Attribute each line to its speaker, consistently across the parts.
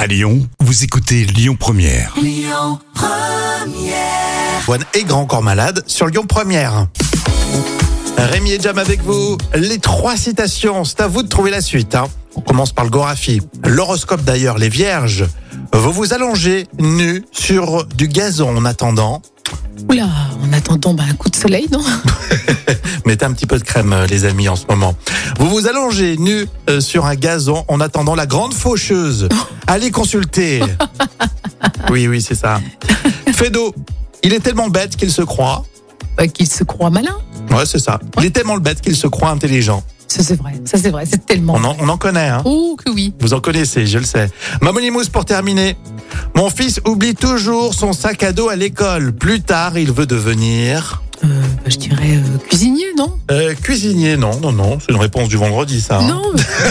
Speaker 1: À Lyon, vous écoutez Lyon Première.
Speaker 2: One est grand corps malade sur Lyon Première. Rémi et Jam avec vous. Les trois citations, c'est à vous de trouver la suite. hein. On commence par le Gorafi. L'horoscope d'ailleurs, les vierges. Vous vous allongez nu sur du gazon en attendant.
Speaker 3: Oula, en attendant bah, un coup de soleil, non
Speaker 2: Mettez un petit peu de crème, euh, les amis, en ce moment. Vous vous allongez nu euh, sur un gazon en attendant la grande faucheuse. Allez consulter. Oui, oui, c'est ça. Fedo, il est tellement bête qu'il se croit.
Speaker 3: Bah, Qu'il se croit malin.
Speaker 2: Ouais, c'est ça. Il est tellement bête qu'il se croit intelligent.
Speaker 3: Ça, c'est vrai, ça, c'est vrai, c'est tellement.
Speaker 2: On en, on en connaît, hein.
Speaker 3: Oh, que oui.
Speaker 2: Vous en connaissez, je le sais. Mamonimous pour terminer. Mon fils oublie toujours son sac à dos à l'école. Plus tard, il veut devenir
Speaker 3: Euh, bah, je dirais euh, cuisinier, non
Speaker 2: euh, cuisinier. Non, non, non. C'est une réponse du vendredi, ça. hein.
Speaker 3: Non,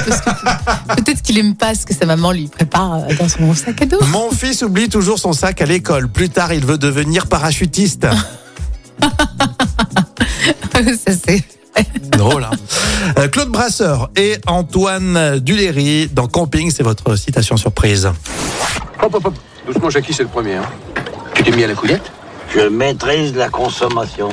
Speaker 3: parce que peut-être qu'il aime pas ce que sa maman lui prépare euh, dans son sac à dos.
Speaker 2: Mon fils oublie toujours son sac à l'école. Plus tard, il veut devenir parachutiste.
Speaker 3: ça, c'est.
Speaker 2: Drôle. hein. Euh, Claude Brasseur et Antoine Duléry dans Camping, c'est votre citation surprise.
Speaker 4: Hop, hop, hop. Doucement, Jackie, c'est le premier. hein. Tu t'es mis à la couillette
Speaker 5: Je maîtrise la consommation.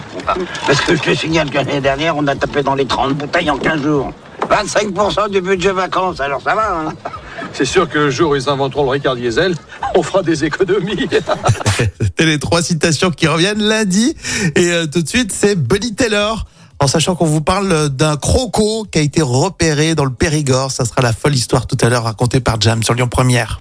Speaker 5: Parce que je te signale que l'année dernière, on a tapé dans les 30 bouteilles en 15 jours. 25% du budget vacances, alors ça va, hein
Speaker 4: C'est sûr que le jour où ils inventeront le Ricard Diesel, on fera des économies.
Speaker 2: C'était les trois citations qui reviennent lundi. Et euh, tout de suite, c'est Buddy Taylor. En sachant qu'on vous parle d'un croco qui a été repéré dans le Périgord. Ça sera la folle histoire tout à l'heure racontée par Jam sur Lyon Première.